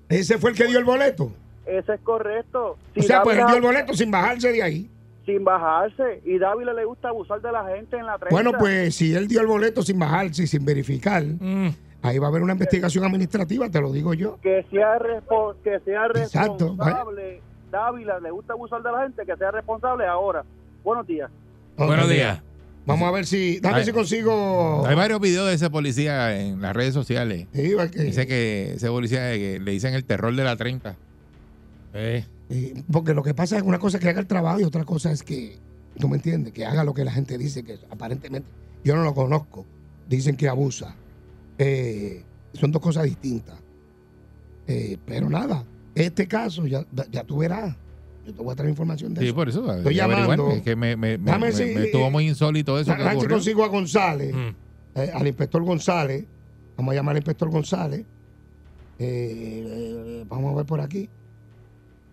Speaker 3: Ese fue el que dio el boleto.
Speaker 6: ese es correcto. Si
Speaker 3: O sea, pues él
Speaker 6: Dávila-
Speaker 3: dio el boleto sin bajarse de ahí.
Speaker 6: sin bajarse, y Dávila le gusta abusar de la gente en la 30.
Speaker 3: Bueno, pues si él dio el boleto sin bajarse y sin verificar,
Speaker 4: Mm.
Speaker 3: ahí va a haber una investigación administrativa, te lo digo yo.
Speaker 6: que sea, respo- que sea
Speaker 3: Exacto, vaya.
Speaker 6: responsable. Dávila, le gusta abusar de la gente, que sea responsable ahora. Buenos días.
Speaker 4: Buenos
Speaker 3: Ok.
Speaker 4: días.
Speaker 3: Vamos a ver si, dame
Speaker 1: Ay.
Speaker 3: si consigo.
Speaker 1: Hay varios videos de ese policía en las redes sociales.
Speaker 3: Sí, va que-
Speaker 1: Dice que ese policía eh, que le dicen el terror de la 30.
Speaker 3: eh, porque lo que pasa es una cosa es que haga el trabajo y otra cosa es que, tú me entiendes, que haga lo que la gente dice, que aparentemente yo no lo conozco. Dicen que abusa. Eh, son dos cosas distintas. Eh, pero nada, este caso ya, ya tú verás. Yo te voy a traer información de
Speaker 1: Sí,
Speaker 3: eso.
Speaker 1: por eso.
Speaker 3: Estoy
Speaker 1: hay que averiguar,
Speaker 3: llamando.
Speaker 1: Es que me, me- me-
Speaker 3: Dame
Speaker 1: me-
Speaker 3: si-
Speaker 1: me estuvo muy insólito eso que
Speaker 3: Ahora si
Speaker 1: ocurrió.
Speaker 3: consigo a González,
Speaker 4: Mm.
Speaker 3: eh, al inspector González, vamos a llamar al inspector González. Eh, eh, vamos a ver por aquí.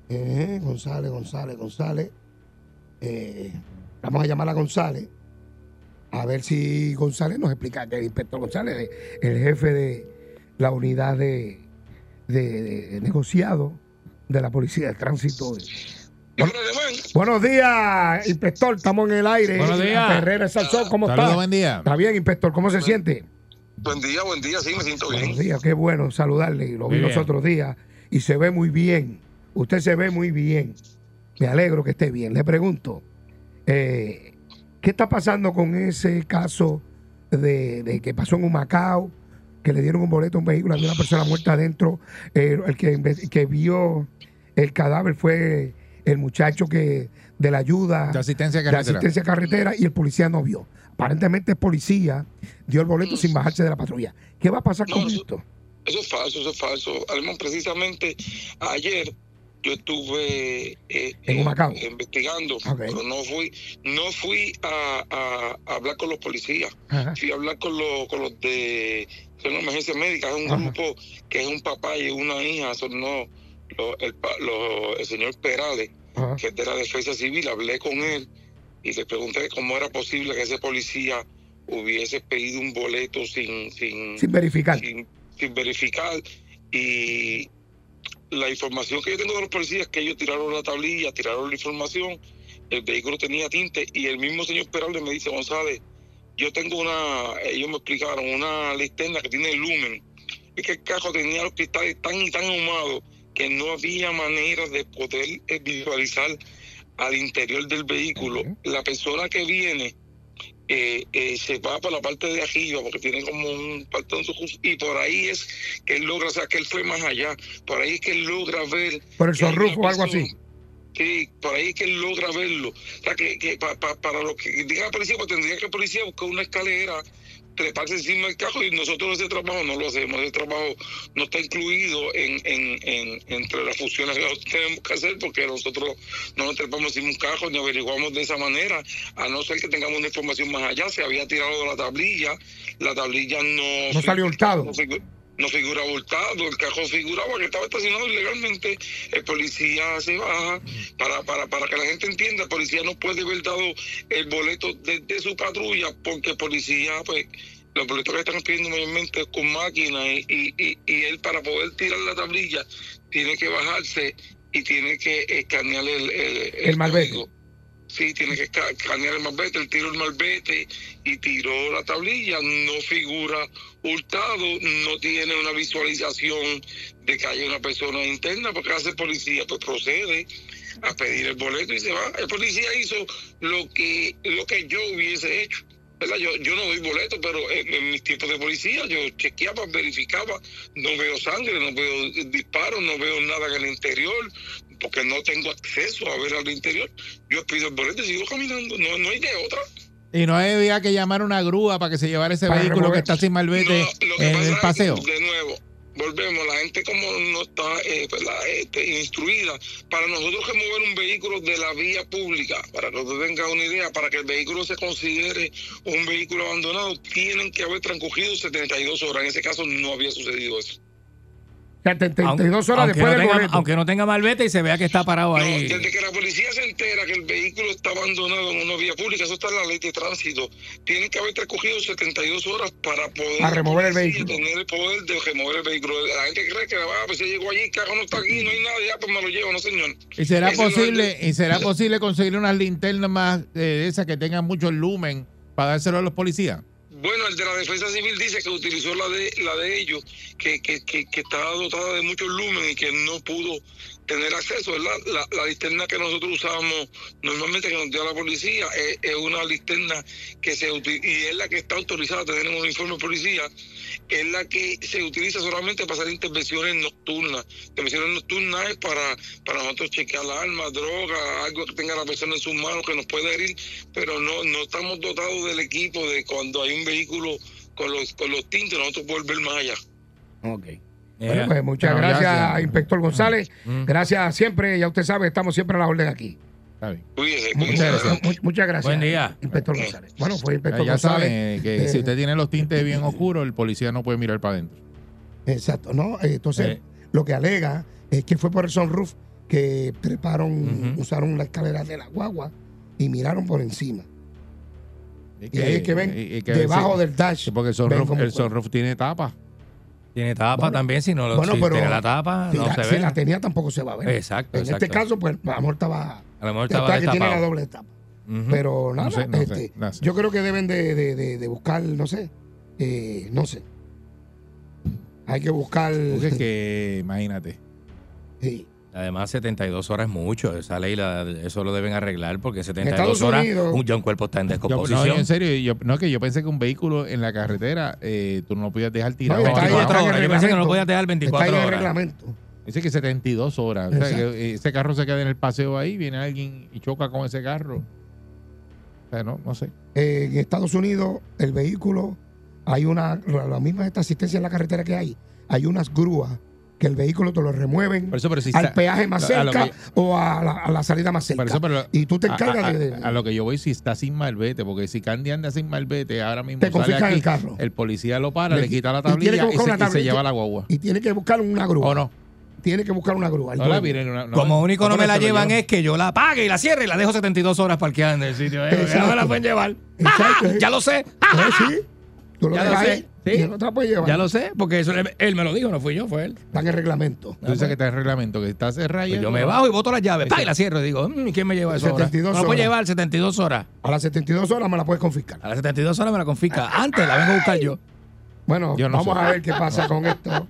Speaker 3: Eh, González, González, González. Eh, vamos a llamar a González. a ver si González nos explica, que el inspector González, eh, el jefe de la unidad de, de- de negociado de la Policía de Tránsito. de- Buenos días, inspector, estamos en el aire.
Speaker 2: Buenos días.
Speaker 3: Herrera Salzón, ¿cómo
Speaker 1: Saludos,
Speaker 3: está?
Speaker 1: buen día.
Speaker 3: Está bien, inspector, ¿cómo se siente?
Speaker 7: Buen día, buen día, sí, me siento
Speaker 3: Buenos
Speaker 7: bien.
Speaker 3: días, qué bueno saludarle. Lo vi
Speaker 2: Muy
Speaker 3: los
Speaker 2: bien.
Speaker 3: otros días y se ve muy bien. Usted se ve muy bien. Me alegro que esté bien. Le pregunto, eh, ¿qué está pasando con ese caso de, de que pasó en un Macao? Que le dieron un boleto a un vehículo, había una persona muerta adentro. Eh, el que, inve- que vio el cadáver fue el muchacho que de la ayuda
Speaker 1: De asistencia
Speaker 3: de
Speaker 1: carretera.
Speaker 3: asistencia a carretera y el policía no vio. Aparentemente el policía dio el boleto sin bajarse de la patrulla. ¿Qué va a pasar
Speaker 7: No,
Speaker 3: con
Speaker 7: eso-
Speaker 3: esto?
Speaker 7: Eso es falso, eso es falso. Alemán, precisamente ayer yo estuve eh,
Speaker 3: En Humacao.
Speaker 7: eh, investigando,
Speaker 3: Ok.
Speaker 7: pero no fui, no fui a, a- a hablar con los policías,
Speaker 3: Ajá.
Speaker 7: fui a hablar con los, con los de son una emergencia médica, es un
Speaker 3: Ajá.
Speaker 7: grupo que es un papá y una hija, son no, lo- el, pa- lo- el señor Perales,
Speaker 3: Ajá.
Speaker 7: que es de la defensa civil, hablé con él y le pregunté cómo era posible que ese policía hubiese pedido un boleto sin, sin,
Speaker 3: Sin verificar.
Speaker 7: sin, sin verificar. Y la información que yo tengo de los policías es que ellos tiraron la tablilla, tiraron la información, el vehículo tenía tinte y el mismo señor Peralta me dice, González, yo tengo una, ellos me explicaron, una linterna que tiene lumen. Es que el carro tenía los cristales tan y tan ahumados que no había manera de poder eh, visualizar al interior del vehículo. La persona que viene eh, eh, se va para la parte de arriba porque tiene como un parte de su cruz, y por ahí es que él logra, o sea, que él fue más allá, por ahí es que él logra ver.
Speaker 3: Por el
Speaker 7: que hay una
Speaker 3: sorrufo o algo así.
Speaker 7: persona- Sí, por ahí es que él logra verlo. O sea, que, que pa- pa- para lo que diga la policía, pues tendría que la policía buscar una escalera, treparse encima del carro y nosotros ese trabajo no lo hacemos. Ese trabajo no está incluido en, en- en- entre las funciones que nosotros tenemos que hacer porque nosotros no nos trepamos encima de un carro ni averiguamos de esa manera a no ser que tengamos una información más allá, se había tirado de la tablilla, la tablilla no...
Speaker 3: No salió hurtado.
Speaker 7: No, figu- no figura voltado, el cajón figuraba que estaba estacionado ilegalmente, el policía se baja, para, para, para que la gente entienda, el policía no puede haber dado el boleto de, de su patrulla, porque el policía, pues, los boletos que están pidiendo mayormente es con máquina y, y, y, y él para poder tirar la tablilla tiene que bajarse y tiene que escanear el, el,
Speaker 3: El malvete.
Speaker 7: código. Sí, tiene que esca- escanear el malvete, él tiró el malvete y tiró la tablilla, no figura hurtado, no tiene una visualización de que haya una persona interna, porque hace el policía, pues procede a pedir el boleto y se va. El policía hizo lo que, lo que yo hubiese hecho. ¿verdad? Yo, yo no doy boleto, pero en, en mis tiempos de policía yo chequeaba, verificaba, no veo sangre, no veo eh, disparos, no veo nada en el interior, porque no tengo acceso a ver al interior. Yo pido el boleto y sigo caminando, no, no hay de otra.
Speaker 1: Y no había que llamar una grúa para que se llevara ese
Speaker 3: Para
Speaker 1: vehículo que
Speaker 3: remover.
Speaker 1: está sin malvete
Speaker 7: No, lo que
Speaker 1: en
Speaker 7: pasa
Speaker 1: el
Speaker 7: es que,
Speaker 1: paseo.
Speaker 7: de nuevo, volvemos, la gente como no está eh, ¿verdad? Este, instruida, para nosotros que mover un vehículo de la vía pública, para que usted tenga una idea, para que el vehículo se considere un vehículo abandonado, tienen que haber transcurrido 72 horas. En ese caso no había sucedido eso.
Speaker 3: 72 horas
Speaker 2: aunque,
Speaker 3: después
Speaker 2: no
Speaker 3: del
Speaker 2: tenga,
Speaker 3: boleto.
Speaker 2: aunque no tenga malvete y se vea que está parado
Speaker 7: No,
Speaker 2: ahí.
Speaker 7: desde que la policía se entera que el vehículo está abandonado en una vía pública, eso está en la ley de tránsito, tienen que haber transcurrido 72 horas para poder
Speaker 3: Para remover el
Speaker 7: sí,
Speaker 3: vehículo.
Speaker 7: tener el poder de remover el vehículo. La gente cree que ah, pues se llegó allí, el carro no está aquí, no hay nada, ya pues me lo llevo, no señor.
Speaker 1: Y será
Speaker 7: Ese no es
Speaker 1: posible, y será posible conseguir unas linternas más eh, de esas que tengan mucho lumen para dárselo a los policías.
Speaker 7: Bueno, el de la defensa civil dice que utilizó la de la de ellos, que, que, que, que estaba dotada de muchos lumen y que no pudo tener acceso, ¿verdad? La, la linterna que nosotros usábamos normalmente que nos dio la policía es, es una linterna que se utiliza y es la que está autorizada a tener en un uniforme de policía, es la que se utiliza solamente para hacer intervenciones nocturnas. Intervenciones nocturnas es para, para nosotros chequear las armas, droga, algo que tenga la persona en sus manos que nos pueda herir, pero no, no estamos dotados del equipo de cuando hay un vehículo con los, con los tintes, nosotros podemos ver más allá.
Speaker 3: Bueno,
Speaker 2: Eh,
Speaker 3: pues muchas
Speaker 1: Bueno,
Speaker 3: gracias,
Speaker 1: gracias.
Speaker 3: inspector González.
Speaker 1: Mm.
Speaker 3: Gracias siempre, ya usted sabe, estamos siempre a la orden aquí.
Speaker 1: Está bien.
Speaker 7: Cuídense,
Speaker 3: Muchas
Speaker 7: cuídense.
Speaker 3: gracias. Mu- Muchas gracias.
Speaker 2: Buen día.
Speaker 3: Inspector González. Bueno, fue
Speaker 1: Ya,
Speaker 3: inspector
Speaker 1: saben
Speaker 3: González.
Speaker 1: eh, que
Speaker 3: eh,
Speaker 1: si usted tiene los tintes bien oscuros, el policía no puede mirar para adentro.
Speaker 3: Exacto, ¿no? Eh, Entonces,
Speaker 1: Eh.
Speaker 3: lo que alega es que fue por el sunroof que treparon,
Speaker 2: Ujú.
Speaker 3: usaron la escalera de la guagua y miraron por encima.
Speaker 1: Y
Speaker 3: Y ahí es que ven
Speaker 1: Eh, y- y que
Speaker 3: debajo
Speaker 1: sí.
Speaker 3: del pues. dash.
Speaker 1: Sí, Porque el
Speaker 3: ven
Speaker 1: sunroof,
Speaker 3: como-
Speaker 1: el sunroof tiene tapa.
Speaker 4: Tiene tapa
Speaker 3: Bueno,
Speaker 4: también, si no lo
Speaker 3: bueno,
Speaker 4: si
Speaker 3: pero-
Speaker 4: tiene la tapa,
Speaker 3: si
Speaker 4: no
Speaker 3: la,
Speaker 4: se
Speaker 3: si
Speaker 4: ve.
Speaker 3: la tenía tampoco se va a ver.
Speaker 4: Exacto,
Speaker 3: en
Speaker 4: exacto.
Speaker 3: este caso, pues a lo mejor estaba,
Speaker 4: a lo mejor
Speaker 3: está
Speaker 4: estaba
Speaker 3: que tiene la
Speaker 4: destapado.
Speaker 3: doble etapa.
Speaker 4: Ujú.
Speaker 3: Pero nada,
Speaker 1: sé, no sé,
Speaker 3: este,
Speaker 1: no sé.
Speaker 3: yo creo que deben de, de- de- de buscar, no sé, eh, no sé. Hay que buscar.
Speaker 1: Porque es que, imagínate.
Speaker 3: sí.
Speaker 4: Además, 72 horas es mucho. Esa ley, la- eso lo deben arreglar porque 72
Speaker 3: Estados
Speaker 4: horas
Speaker 3: Unidos- pues,
Speaker 4: un, ya un cuerpo está en
Speaker 1: Yo- no, yo
Speaker 4: descomposición.
Speaker 1: en serio, yo, no, que yo pensé que un vehículo en la carretera eh, tú no lo podías dejar tirado.
Speaker 3: No, está ahí,
Speaker 4: 24
Speaker 3: está en el
Speaker 4: horas. Yo pensé que no lo
Speaker 3: reglamento.
Speaker 4: podías dejar
Speaker 3: Está ahí
Speaker 4: 24
Speaker 3: el
Speaker 4: horas.
Speaker 3: reglamento.
Speaker 1: Dice que 72 horas. O sea,
Speaker 3: Exacto.
Speaker 1: que eh, ese carro se queda en el paseo ahí, viene alguien y choca con ese carro. O sea, no, no sé.
Speaker 3: Eh, en Estados Unidos, el vehículo, hay una, la misma esta asistencia en la carretera que hay, hay unas grúas que el vehículo te lo remueven
Speaker 4: Por eso, pero si
Speaker 3: al
Speaker 4: está-
Speaker 3: peaje más
Speaker 1: a lo
Speaker 3: cerca
Speaker 1: que-
Speaker 3: o a la, a la salida más cerca.
Speaker 1: Por eso, pero-
Speaker 3: y tú te
Speaker 1: a-
Speaker 3: encargas
Speaker 1: a,
Speaker 3: de- de-
Speaker 1: a lo que yo voy si está sin malvete, porque si Candy anda sin malvete, ahora mismo
Speaker 3: Te
Speaker 1: sale
Speaker 3: confiscan
Speaker 1: aquí,
Speaker 3: el carro.
Speaker 1: el policía lo para,
Speaker 3: Le
Speaker 1: le,
Speaker 3: qui-
Speaker 1: quita
Speaker 3: y
Speaker 1: la
Speaker 3: tiene que
Speaker 1: tablilla y, se,
Speaker 3: buscar una
Speaker 1: y se
Speaker 3: tablilla.
Speaker 1: lleva la guagua.
Speaker 3: y tiene que buscar una grúa.
Speaker 1: ¿O no?
Speaker 3: Tiene que buscar una grúa. el
Speaker 1: No la
Speaker 3: dueño.
Speaker 1: vienen, no- no-
Speaker 4: Como único no
Speaker 1: ¿cómo
Speaker 4: me la
Speaker 1: se lo
Speaker 4: llevan es que yo la apague y la cierre y la dejo 72 horas parqueada en el sitio. eh, porque
Speaker 3: Exacto.
Speaker 4: no me la pueden llevar. Ah,
Speaker 3: Exacto.
Speaker 4: Ya lo sé.
Speaker 3: Eh, sí. Tú lo
Speaker 4: Ya lo
Speaker 3: dejas
Speaker 4: sé,
Speaker 3: ahí
Speaker 4: sí.
Speaker 3: y el otro puede llevar.
Speaker 4: Ya lo sé, porque eso él, él me lo dijo, no fui yo, fue él.
Speaker 3: Está en el reglamento.
Speaker 1: Tú dices que está el reglamento, que está cerrado.
Speaker 4: Pues yo me bajo y boto las llaves. ¡pah! Y la cierro y digo, "Mm, ¿quién me lleva eso?
Speaker 3: 72
Speaker 4: No lo puedo
Speaker 3: horas.
Speaker 4: llevar 72 horas.
Speaker 3: A las 72 horas me la puedes confiscar.
Speaker 4: A las 72 horas me la confisca. Antes la vengo a buscar yo.
Speaker 3: Bueno,
Speaker 1: Yo no
Speaker 3: vamos
Speaker 1: sé.
Speaker 3: a ver qué pasa con esto.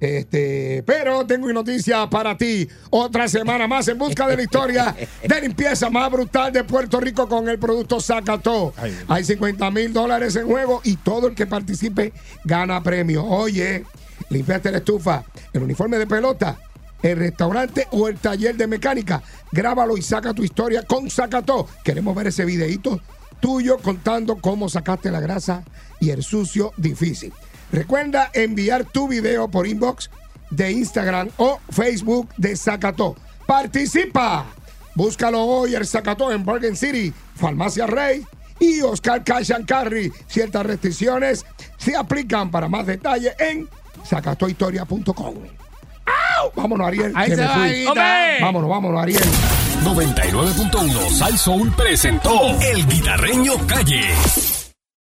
Speaker 3: Este, pero tengo noticias para ti. Otra semana más en busca de la historia de limpieza más brutal de Puerto Rico con el producto Zacató.
Speaker 1: Ay.
Speaker 3: Hay 50 mil dólares en juego y todo el que participe gana premio. Oye, limpiaste la estufa, el uniforme de pelota, el restaurante o el taller de mecánica. Grábalo y saca tu historia con Zacató. Queremos ver ese videíto tuyo contando cómo sacaste la grasa y el sucio difícil. Recuerda enviar tu video por inbox de Instagram o Facebook de Zacató. ¡Participa! Búscalo hoy el Zacató en Bargain City, Farmacia Rey y Oscar Cash and Carry. Ciertas restricciones se aplican para más detalle en zacatohistoria.com. ¡Au! Vámonos, Ariel.
Speaker 1: Ahí
Speaker 3: que
Speaker 1: se
Speaker 3: me
Speaker 1: va,
Speaker 3: fui.
Speaker 1: Arielita.
Speaker 4: ¡Hombre!
Speaker 3: Vámonos, vámonos, Ariel.
Speaker 8: 99.1 Sal Soul presentó El Guitarreño Calle.